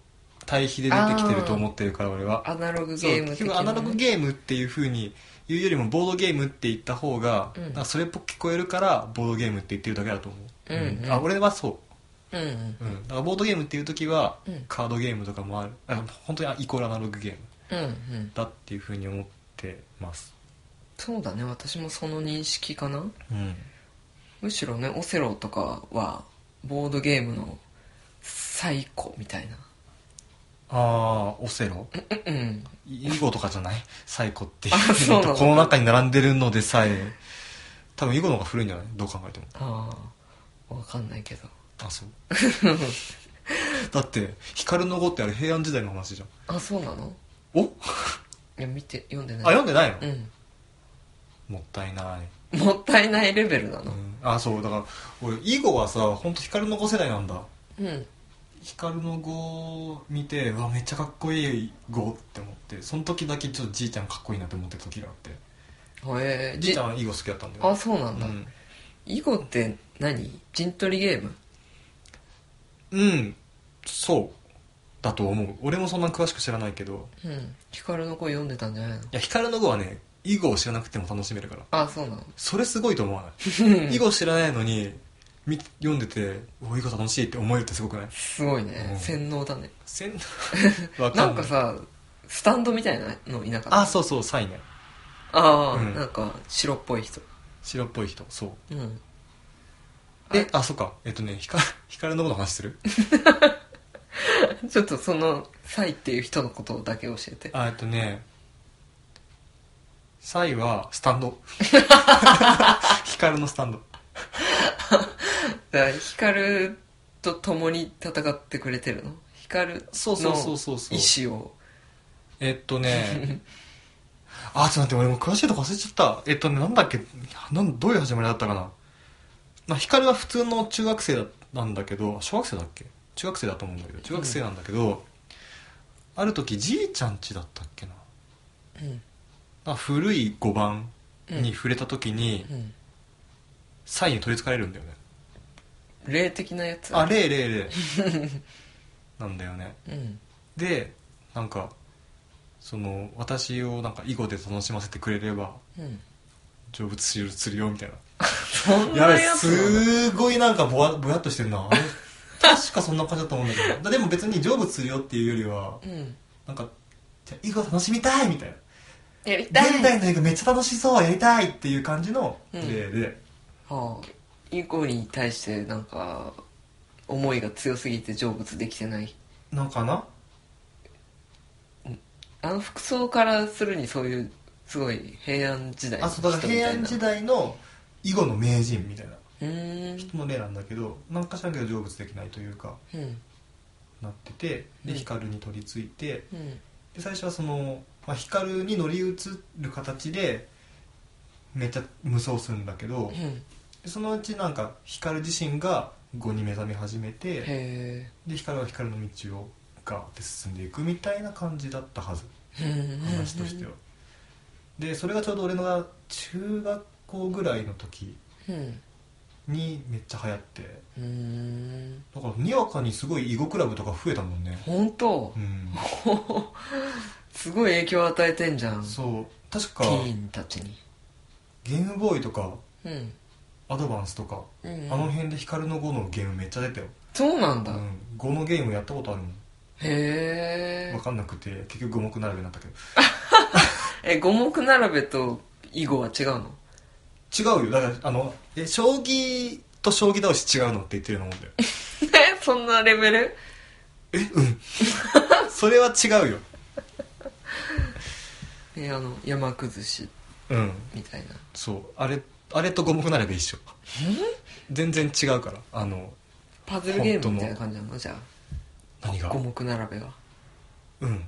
S2: 対比で出てきてると思ってるから俺は
S1: アナログゲ
S2: そう
S1: ーム
S2: 結
S1: 的
S2: 局
S1: な
S2: アナログゲームっていうふうに言うよりもボードゲームって言った方が、
S1: うん
S2: なんかそれっぽく聞こえるからボードゲームって言ってるだけだと思う、
S1: うんうん
S2: あ俺はそ
S1: うんうん
S2: う、うん、だからボードゲームっていう時は、
S1: うん
S2: カードゲームとかもあるあ本当にイコールアナログゲーム
S1: うんうん
S2: だっていうふうに思ってます、
S1: そうだね私もその認識かな
S2: うん、
S1: むしろねオセロとかはボードゲームの最古みたいな
S2: ああオセロ
S1: うんうん
S2: 囲碁とかじゃない最古ってい
S1: あそうなの
S2: この中に並んでるのでさえ多分囲碁の方が古いんじゃないどう考えても
S1: ああわかんないけど
S2: あそうだって光の碁ってあれ平安時代の話じゃん
S1: あそうなの
S2: お
S1: いや見て読んで
S2: あ
S1: ない
S2: 読んでないの、
S1: う
S2: もったいない、
S1: んもったいないレベルな
S2: う
S1: の
S2: ん、あそうだから俺囲碁はさ本当光の碁世代なんだ
S1: うん
S2: 光の碁見てうわめっちゃかっこいい碁って思ってその時だけちょっとじいちゃんかっこいいなって思ってた時があって
S1: へえ
S2: じいちゃんは囲碁好きだったんだよ
S1: あそうなんだ
S2: うん
S1: 囲碁って何陣取りゲーム
S2: うんそうだと思う俺もそんな詳しく知らないけど
S1: うん光の声読んでたんじゃないの
S2: いや光の碁はね囲碁を知らなくても楽しめるから
S1: あそうなの
S2: それすごいと思わな
S1: うん
S2: い囲碁知らないのにみ読んでてお囲碁楽しいって思えるってすごくない
S1: すごいね
S2: うん
S1: 洗脳だね
S2: せんわ
S1: な
S2: かん
S1: んか
S2: ない
S1: さスタンドみたいなのいなかった
S2: あそうそうサイね
S1: ああ、
S2: うん
S1: なんか白っぽい人
S2: 白っぽい人そう
S1: うん
S2: えあそうかえっとね光光の碁の話 する
S1: ちょっとそのサイっていう人のことだけ教えて
S2: あえっとねサイはスタ ンド光のスタンド
S1: だから光と共に戦ってくれてるの光の
S2: そうそうそうそうそう
S1: 意思を
S2: えっとね あちょっと待って俺もう詳しいとこ忘れちゃったえっとねなんだっけなんどういう始まりだったかな、まあ、光は普通の中学生だなんだけど小学生だっけ中学生だと思うんだけど中学生なんだけど、ある時じいちゃんちだったっけな
S1: うん
S2: あ古い碁盤
S1: うん
S2: に触れた時に、
S1: うん
S2: サインに取りつかれるんだよね
S1: 霊的なやつ
S2: あれ れれなんだよね
S1: うん
S2: でなんかその私をなんか囲碁で楽しませてくれれば
S1: うん
S2: 成仏するするよみたいな
S1: そんな
S2: やべ
S1: や
S2: す
S1: つ
S2: ーごいなんかぼわぼやっとしてるなあれ確かそんな感じだと思うんだけどだでも別に成仏するよっていうよりは
S1: なのうん
S2: なんかじゃあ囲碁楽しみたいみたい
S1: やり
S2: な
S1: たい
S2: 現代の囲碁めっちゃ楽しそうやりたいっていう感じの
S1: う
S2: 例
S1: ん
S2: で、
S1: はあインコに対してなんか思いが強すぎて成仏できてない
S2: なんかな
S1: あの服装からするにそういうすごい平安時代の
S2: あ
S1: 人
S2: そう
S1: み
S2: だから
S1: たいな
S2: 平安時代の囲碁の名人みたいな
S1: うーん
S2: 人の例なんだけどなんかしらんけど成仏できないというか
S1: うん
S2: なってて
S1: う
S2: で
S1: ん
S2: 光に取り付いて、
S1: うん
S2: で最初はその、まあ、光に乗り移る形でめっちゃ無双するんだけど、
S1: うん
S2: でそのうちなんか光自身が碁に目覚め始め
S1: へ
S2: て
S1: え
S2: で光は光の道をガーって進んでいくみたいな感じだったはず話
S1: 話
S2: としては、でそれがちょうど俺のが中学校ぐらいの時
S1: うん
S2: にめっちゃ流行って
S1: うーん
S2: だからにわかにすごい囲碁クラブとか増えたもんね
S1: 本当
S2: うん
S1: すごい影響を与えてんじゃんテ
S2: そう確か
S1: ィーンたちに
S2: ゲームボーイとか
S1: うん
S2: あアドバンスとか、
S1: うんうん
S2: あの辺で光の5のゲームめっちゃ出たよ、
S1: そうなん
S2: う
S1: だ、へ
S2: ん、5のゲームやったことあるもん
S1: え
S2: 分かんなくて結局五目並べになったけど
S1: え五目並べと囲碁は違うの
S2: 違うよだからあのえ将棋と将棋倒し違うのって言ってるようなもんだよ
S1: えそんなレベル
S2: えうんそれは違うよ
S1: えあの山崩し
S2: うん
S1: みたいな
S2: そうあれあれと五目並べ一緒全然違うからあの
S1: パズルゲームみたいな感じなのじゃ
S2: 何
S1: あ
S2: が
S1: 五目並べは
S2: うん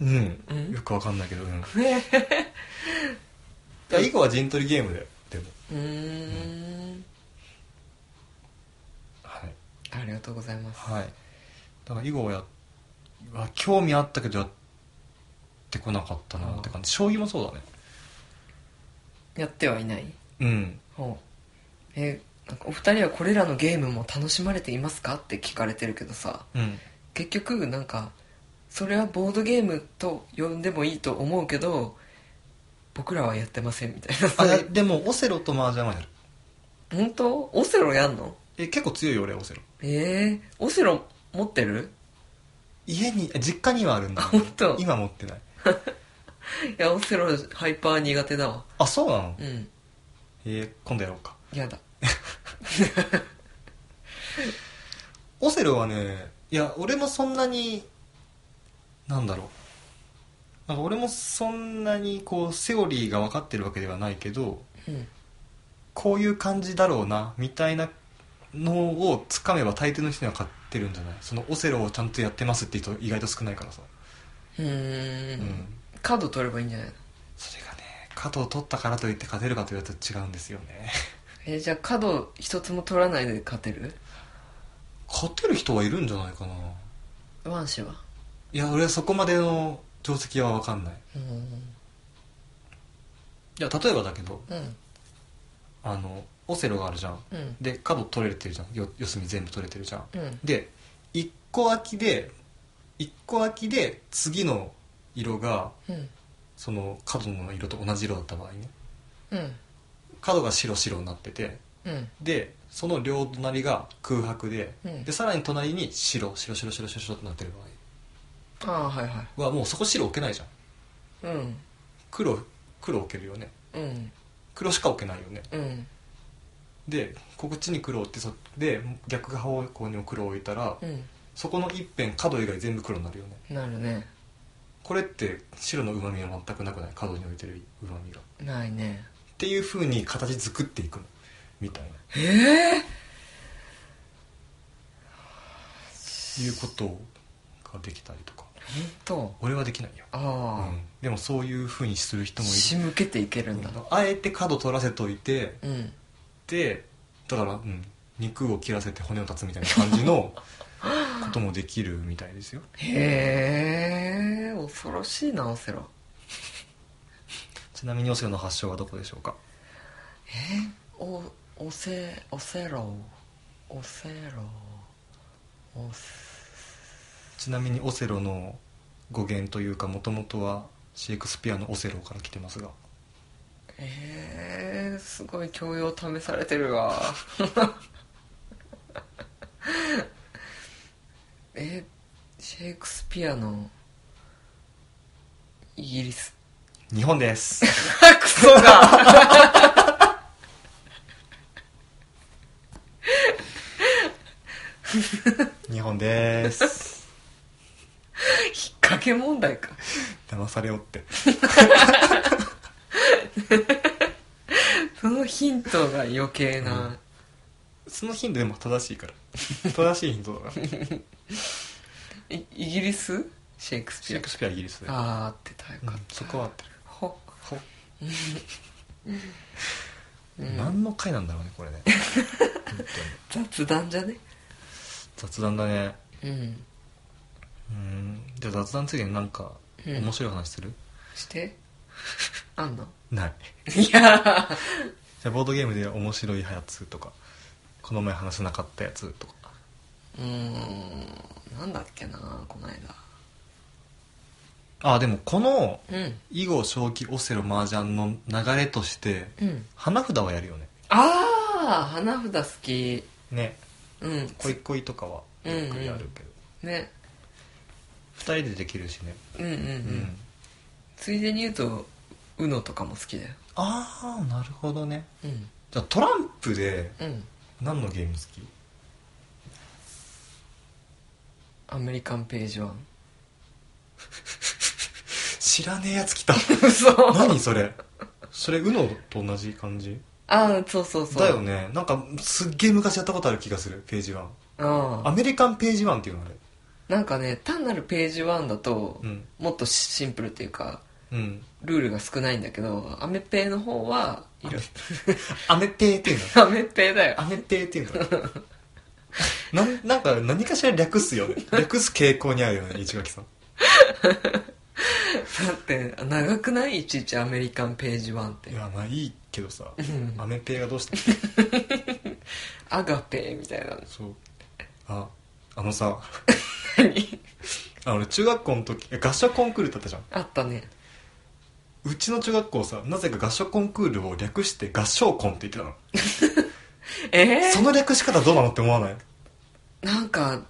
S2: うん、
S1: う
S2: うんん、よくわかんないけどうん
S1: え
S2: いや囲碁は陣取りゲームだよでも
S1: うーん
S2: はい
S1: ありがとうございます
S2: はいだから囲碁はやは興味あったけどやってこなかったなって感じ将棋もそうだね
S1: やってはいない
S2: うん
S1: ほうえなんかお二人はこれらのゲームも楽しまれていますかって聞かれてるけどさ
S2: うん
S1: 結局なんかそれはボードゲームと呼んでもいいと思うけど僕らはやってませんみたいな
S2: あいや
S1: さ
S2: でもオセロと麻雀はやる
S1: 本当オセロやんの
S2: え結構強いよ俺オセロ
S1: ええオセロ持ってる
S2: 家にあ実家にはあるんだ
S1: あ本当
S2: 今持ってない
S1: いやオセロハイパー苦手だわ
S2: あそうなの
S1: うん
S2: えー今度やろうか
S1: やだ
S2: オセロはねいや俺もそんなになんだろうなんか俺もそんなにこうセオリーが分かってるわけではないけど
S1: うん
S2: こういう感じだろうなみたいなのをつかめば大抵の人には買ってるんじゃないそのオセロをちゃんとやってますって人意外と少ないからさ、
S1: うーん
S2: うん
S1: カード取ればいいんじゃないの
S2: それがね角を取ったからといって勝てるかというと違うんですよね
S1: えーじゃあカード一つも取らないで勝てる
S2: 勝てる人はいるんじゃないかな
S1: ワン氏はい
S2: や俺はそこまでの定石は分かんない
S1: うん
S2: いや例えばだけど
S1: うん
S2: あのオセロがあるじゃん
S1: うん
S2: で角取れてるじゃんよ四隅全部取れてるじゃん
S1: うん
S2: で1個空きで1個空きで次の色が
S1: うん
S2: その角の色と同じ色だった場合ね
S1: うん
S2: 角が白白になってて
S1: うん
S2: でその両隣が空白で,、
S1: うん
S2: でさらに隣に白白白白白白となってる
S1: ああはいは
S2: 場合はもうそこ白置けないじゃん
S1: いうん
S2: 黒黒置けるよね
S1: うん
S2: 黒しか置けないよね
S1: うん
S2: でこっちに黒置いてそで逆方向にも黒を置いたら、
S1: うん
S2: そこの一辺角以外全部黒になるよね
S1: なるね
S2: これって白のうまみは全くなくない角に置いてるうまみがっ
S1: ないね
S2: ていうふうに形作っていくのみたいな
S1: ええ
S2: いうことができたりとか
S1: ー、本当
S2: 俺はできないよ、う
S1: ああ、
S2: ん、でもそういうふうにする人もいる
S1: 仕向けていけるんだ
S2: うんあえて角取らせといて
S1: うん
S2: でだから、うん、肉を切らせて骨を断つみたいな感じ のこともできるみたいですよ
S1: へえ恐ろしいなオセロ
S2: ちなみにオセロの発祥はどこでしょうか
S1: えおオセオセロオセロオ
S2: ちなみにオセロの語源というかもともとはシェイクスピアのオセロから来てますが
S1: えー、すごい教養試されてるわ えシェイクスピアのイギリス
S2: 日本です
S1: クソが
S2: 日本です
S1: 引っ掛け問題か
S2: 騙されおって
S1: そのヒントが余計な、
S2: その頻度でも正しい から正しい頻度だから
S1: いイギリスシェイクス
S2: シ
S1: ピ
S2: ェ
S1: ア
S2: イクスピアはイギリスで、うん、
S1: ああってたよかった、
S2: そこは合ってる
S1: ほ
S2: ほ、
S1: うん
S2: 何の回なんだろうねこ れね本当に
S1: 雑談じゃね
S2: 雑談だね
S1: うん
S2: うんじゃあ雑談ついでになんか
S1: うん
S2: 面白い話する、
S1: して あんの
S2: ない
S1: いや
S2: じゃあボードゲームで面白いやつとかこの前話せなかったやつとか
S1: うーんなんだっけなこの間
S2: あでもこの
S1: うん
S2: 囲碁将棋オセロ麻雀の流れとして
S1: うん
S2: 花札はやるよね
S1: あああ花札好き
S2: ね
S1: うん
S2: 恋恋とかはよくやるけど、
S1: ね
S2: 二人でできるしね
S1: うんうんうん、
S2: うん、
S1: ついでに言うと UNO とかも好きだよ
S2: ああなるほどね
S1: うん
S2: じゃあトランプで
S1: うん
S2: 何のゲーム好き
S1: アメリカンページワン
S2: 知らねえやつ 来た
S1: 嘘
S2: 何それそれ UNO と同じ感じ
S1: ああそうそうそう
S2: だよねなんかすっげえ昔やったことある気がするページ1
S1: あ
S2: ア
S1: あ
S2: メリカンページ1っていうのあれ
S1: なんかね単なるページワンだと、
S2: うん
S1: もっとシンプルっていうか
S2: うん
S1: ルールが少ないんだけどアメペイの方はいろい
S2: アメペーっていうの
S1: ろ アメペイだよ
S2: アメペーっていう のなんなんか何かしら略すよね略す傾向にあるよね市垣さん
S1: だって長くないいちいちアメリカンページワンって
S2: いやまあいいけどさ
S1: ん
S2: アメペーがどうした
S1: アガペみたいな
S2: そうああのさ
S1: 何
S2: あ俺中学校の時え合唱コンクールだったじゃん
S1: あったね
S2: うちの中学校さなぜか合唱コンクールを略して合唱コンって言ってたの
S1: え
S2: そ
S1: ー、
S2: の略し方どうなのって思わない
S1: なんか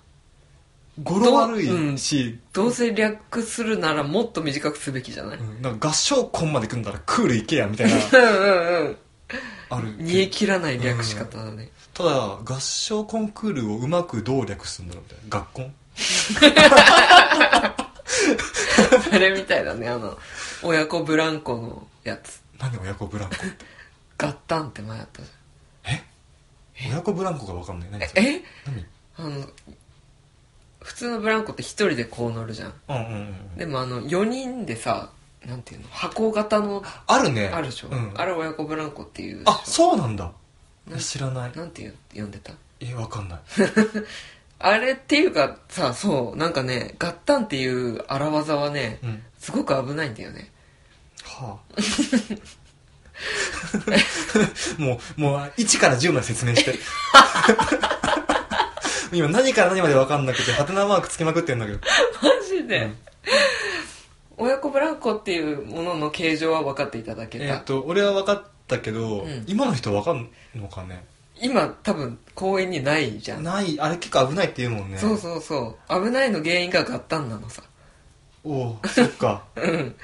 S2: 語呂悪
S1: どうう
S2: い
S1: ん
S2: し、
S1: どうせ略するならもっと短くすべきじゃない、
S2: うんなんか合唱コンまで組んだらクールいけやみたいな
S1: うんうんうん
S2: ある
S1: 煮え切らない略し方だね、
S2: ただ合唱コンクールをうまくどう略すんだろうみたいな学コン
S1: あれみたいだねあの親子ブランコのやつ
S2: 何親子 ブランコって
S1: ガッタンって前あったじ
S2: 親子ブランコが分かんない何そ
S1: ゃん
S2: れ
S1: えあの普通のブランコって一人でこう乗るじゃん
S2: 何うんうんうん
S1: でもあの4人でさなんていうの箱型の
S2: あるね
S1: あるでしょ、
S2: うん、
S1: あれ親子ブランコっていうでしょ
S2: あそうなんだ
S1: なん
S2: 知らない
S1: なんていう呼んでた
S2: え分かんない
S1: あれっていうかさそうなんかねガッタンっていう荒技はね、
S2: うん
S1: すごく危ないんだよね
S2: はあ もうもう1から10まで説明して 今何から何まで分かんなくてハテナマークつけまくってんだけど
S1: マジで、
S2: うん
S1: 親子ブランコっていうものの形状は分かっていただけた、
S2: えっと俺は分かったけど、
S1: うん
S2: 今の人分かんのかね
S1: 今多分公園にないじゃん、
S2: ないあれ結構危ないって言うもんね
S1: そうそうそう危ないの原因がガッタンなのさ
S2: おうそっか
S1: うん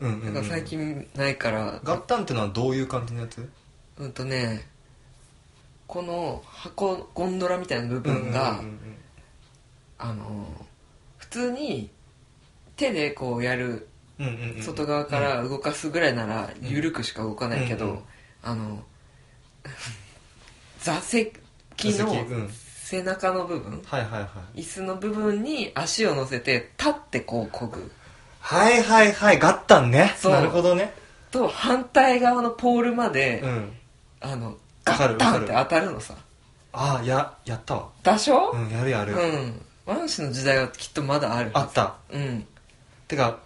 S2: うんうん、
S1: だ
S2: うん、
S1: から最近ないから
S2: ガッタンってのはどういう感じのやつ
S1: うんとねこの箱ゴンドラみたいな部分が、
S2: うんうんうん
S1: あの普通に手でこうやる
S2: うんうんうんうん
S1: 外側から動かすぐらいなら緩くしか動かないけど、
S2: うんうん
S1: あの 座席
S2: 座
S1: の
S2: 席うん
S1: 背中の部分
S2: はいはいはい
S1: 椅子の部分に足を乗せて立ってこう漕ぐ
S2: はいはいはいガッタンね
S1: そう
S2: なるほどね
S1: と反対側のポールまで、
S2: うん
S1: あのガ
S2: わかる
S1: ッタンって当
S2: わ
S1: たるのさ
S2: ああややったわ
S1: だしょ
S2: うんやるや
S1: う
S2: る、
S1: んワン氏の時代はきっとまだある
S2: あった
S1: うん
S2: てか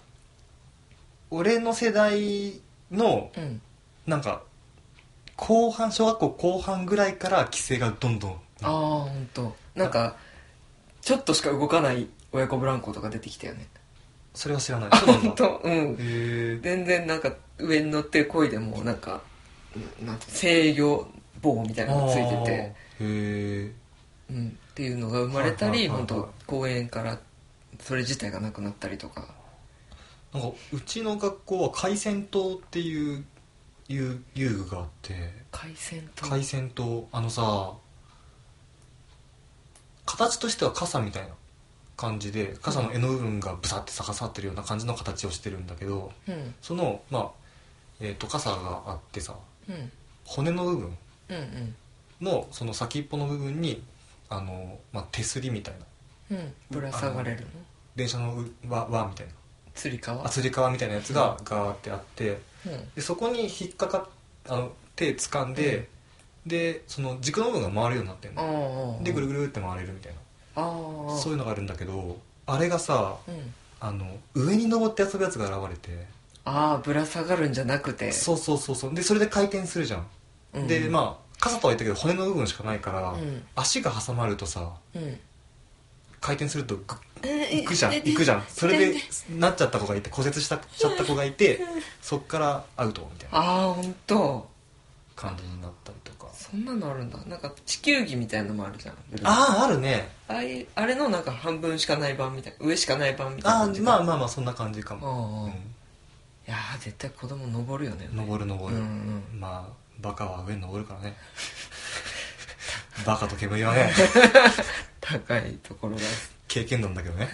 S2: 俺の世代の
S1: うん
S2: なんか後半小学校後半ぐらいから規制がどんどん
S1: ああ本当。なんかちょっとしか動かない親子ブランコとか出てきたよね
S2: それは知らない
S1: あ
S2: そうなんだ
S1: 本当うん
S2: へえ
S1: 全然なんか上に乗ってこいでもなんかうんなんて制御棒みたいなのがついてて、
S2: てへえ
S1: うん、っていうのが生まれたり
S2: はいはいはいはい
S1: 本当公園からそれ自体がなくなったりとか
S2: なんかうちの学校は海鮮島っていういう遊具があって
S1: 海鮮と
S2: 海鮮島あのさ形としては傘みたいな感じで傘の柄の部分がブサって逆さってるような感じの形をしてるんだけど
S1: うん
S2: そのまあえー、と傘があってさ
S1: うん
S2: 骨の部分
S1: うんうん
S2: のその先っぽの部分にあの、まあ、手すりみたいな
S1: うんぶら下がれるの
S2: 電車のうわ輪みたいな
S1: つり革
S2: あつり革みたいなやつがガーってあって
S1: うん
S2: でそこに引っかかっあの手掴んで、でその軸の部分が回るようになってん
S1: あ
S2: の
S1: ーあ
S2: でぐるぐるって回れるみたい
S1: あ
S2: な
S1: あ
S2: そういうのがあるんだけどあれがさ
S1: うん
S2: あの上に登って遊ぶやつが現れて、
S1: ああぶら下がるんじゃなくて
S2: そうそうそうそうでそれで回転するじゃん、
S1: うん
S2: でまあ傘とは言ったけど骨の部分しかないから、
S1: うん
S2: 足が挟まるとさ
S1: うん
S2: 回転するとグッ
S1: え
S2: 行くじゃん
S1: え
S2: 行くじゃんそれで
S1: え
S2: なっちゃった子がいて骨折したしちゃった子がいてそっからアウトみたいな
S1: ああ本当
S2: 感じになったりとか
S1: そんなのあるんだなんか地球儀みたいなのもあるじゃん
S2: あああるね
S1: ああいうあれのなんか半分しかない版みたい上しかない版みたいな
S2: あ
S1: 感
S2: ー
S1: じ
S2: ま
S1: あ
S2: あまあまあそんな感じか
S1: あ
S2: も、
S1: あ
S2: う
S1: い
S2: ん、
S1: やー絶対子供登るよね
S2: 登る
S1: う
S2: 登る、
S1: んうん
S2: まあバカは上に登るからねバカと煙はね
S1: 高いところが
S2: 経験談だけどね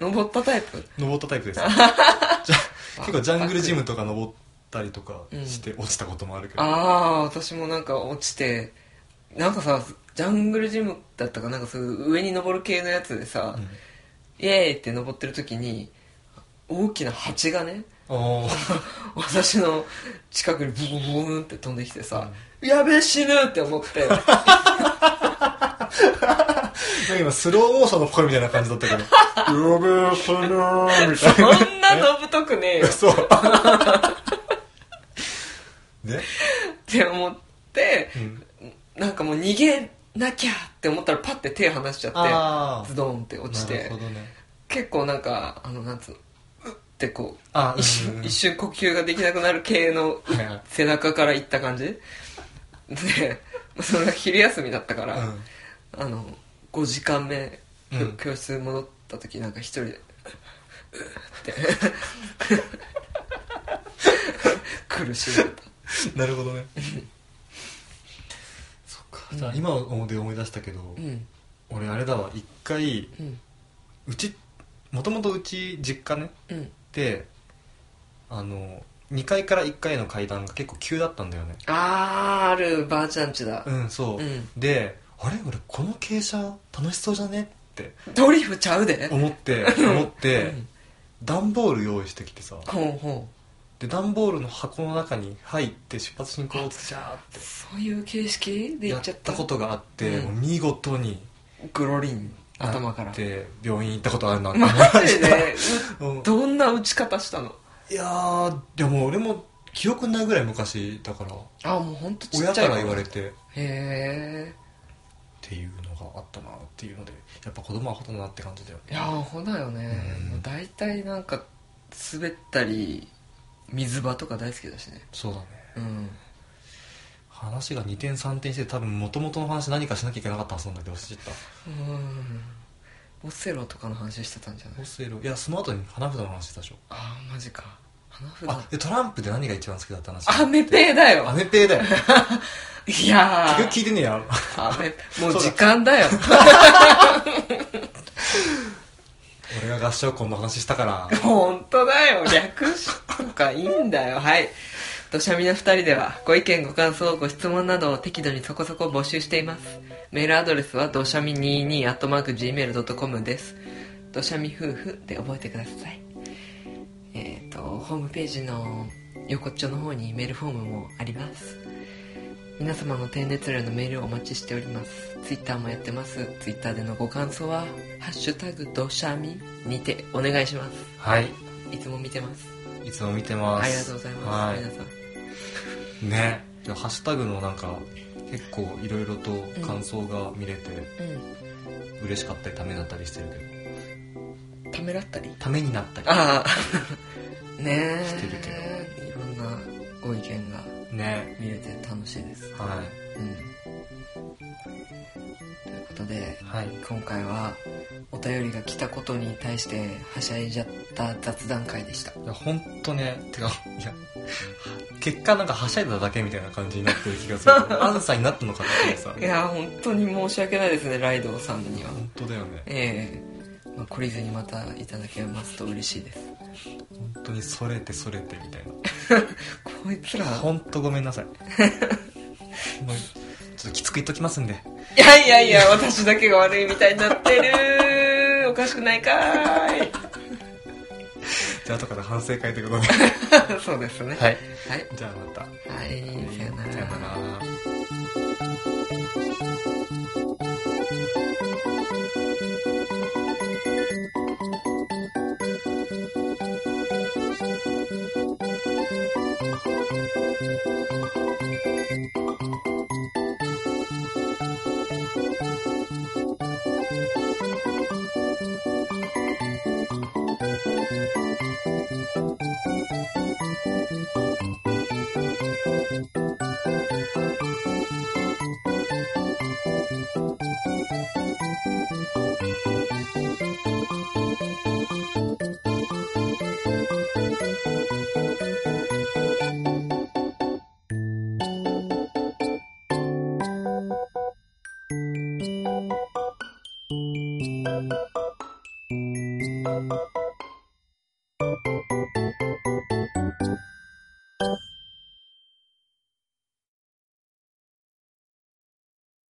S1: 登ったタイプ
S2: 登ったタイプです じゃ結構ジャングルジムとか登ったりとかして落ちたこともあるけど、
S1: ああ私もなんか落ちてなんかさジャングルジムだったかなんかそういう上に登る系のやつでさ、
S2: うん
S1: イエーイって登ってる時に大きな蜂がね
S2: おー
S1: 私の近くにブンブンブンって飛んできてさ、やべえ死ぬって思って
S2: なんか今スローモーションの声みたいな感じだったけど「やべえそれー」みたい
S1: そ
S2: なん
S1: なのぶとくねえよ
S2: そうで、
S1: って思って
S2: うん、
S1: なんかもう逃げなきゃって思ったらパッて手離しちゃ
S2: あ
S1: って
S2: あ
S1: ズドンって落ち
S2: なる
S1: て
S2: ほどね
S1: 結構なんかあのなんつうのうってこう
S2: あ
S1: 一瞬,、
S2: うん
S1: 一瞬呼吸ができなくなる系の
S2: はいはい
S1: 背中からいった感じでそれが昼休みだったから、
S2: うん
S1: あの5時間目、
S2: うん
S1: 教室戻った時なんか一人でうっ って苦しいだった
S2: なるほどねそっかじゃあ今思で思い出したけど、
S1: うん
S2: 俺あれだわ一回
S1: うん
S2: うちもともとうち実家ね
S1: うん
S2: であの2階から1階の階段が結構急だったんだよね
S1: あーあるばあちゃんちだ、
S2: うんそう、
S1: うん
S2: であれ俺この傾斜楽しそうじゃねって
S1: ドリフちゃうで
S2: 思 って思って段ボール用意してきてさ
S1: ほうほ
S2: で段ボールの箱の中に入って出発進行ってシャーっ
S1: うそういう形式
S2: て
S1: で
S2: や
S1: 行
S2: っ
S1: っちゃった
S2: たことがあって、
S1: うん
S2: もう見事に
S1: グロリン頭から
S2: で病院行ったことあるなっ て
S1: マ
S2: 思いま
S1: ジ
S2: し
S1: で
S2: た、 うん
S1: うどんな打ち方したの
S2: いやーでも俺も記憶ないぐらい昔だから
S1: あもうほんとちっちゃ
S2: 親
S1: い
S2: から言われてっ
S1: へ
S2: ていうのがあったなっていうのでやっぱ子供はほとんどなって感じだよ
S1: えいやアホだよね
S2: うん
S1: もう大体なんか滑ったり水場とか大好きだしね
S2: そうだね
S1: うん
S2: 話が2点3点して多分元々の話何かしなきゃいけなかったはずなんだけど知った
S1: うんオセロとかの話してたんじゃない
S2: オセロいやその後に花札の話したでしょ
S1: ああマジか花
S2: あ
S1: 札
S2: でトランプで何が一番好きだった話
S1: アメペイだよ
S2: アメペイだよ
S1: い や
S2: 結局
S1: ー
S2: 聞いてねえや
S1: アメもう時間だよ
S2: 俺が合唱コンの話したから
S1: 本当だよ略しとかいいんだよはい土砂みの2人ではご意見ご感想ご質問などを適度にそこそこ募集していますメールアドレスは土砂み22 at mark gmail.com です土砂み夫婦で覚えてくださいえっ、とホームページの横っちょの方にメールフォームもあります皆様の低熱量のメールをお待ちしております。ツイッターもやってます。ツイッターでのご感想は、ハッシュタグどしゃみにてお願いします。
S2: はい
S1: いつも見てます。
S2: いつも見てます
S1: ありがとうございます。皆さん。
S2: はいねでハッシュタグのなんか結構いろいろと感想が見れて、嬉しかったりためだったりしてるけど
S1: うん。ためらったり
S2: ためになった
S1: ああ。 ねえ。
S2: してるけ
S1: いろんなご意見が
S2: りね
S1: 見れて楽しいです。
S2: は
S1: うん。ということで、
S2: いはい
S1: 今回はお便りが来たことに対してはしゃいじゃった雑談会でした。
S2: いや本当ねてかいや結果なんかはしゃいだだけみたいな感じになってる気がす るアンサーになったのかっていうさ
S1: いやー本当に申し訳ないですねライドウさんには
S2: 本当だよね
S1: ええまあ、懲りずにまたいただけますと嬉しいです
S2: 本当にそれてそれてみたい
S1: こいつら
S2: な本当ごめん なさいもうちょっときつく言っときますんで
S1: いやいやいや私だけが悪いみたいになってるおかしくないか
S2: じゃあ後から反省会ということで
S1: ーい そうですね
S2: はい
S1: はい、
S2: じゃあまた
S1: はい、さよな
S2: さよ
S1: ら
S2: ならん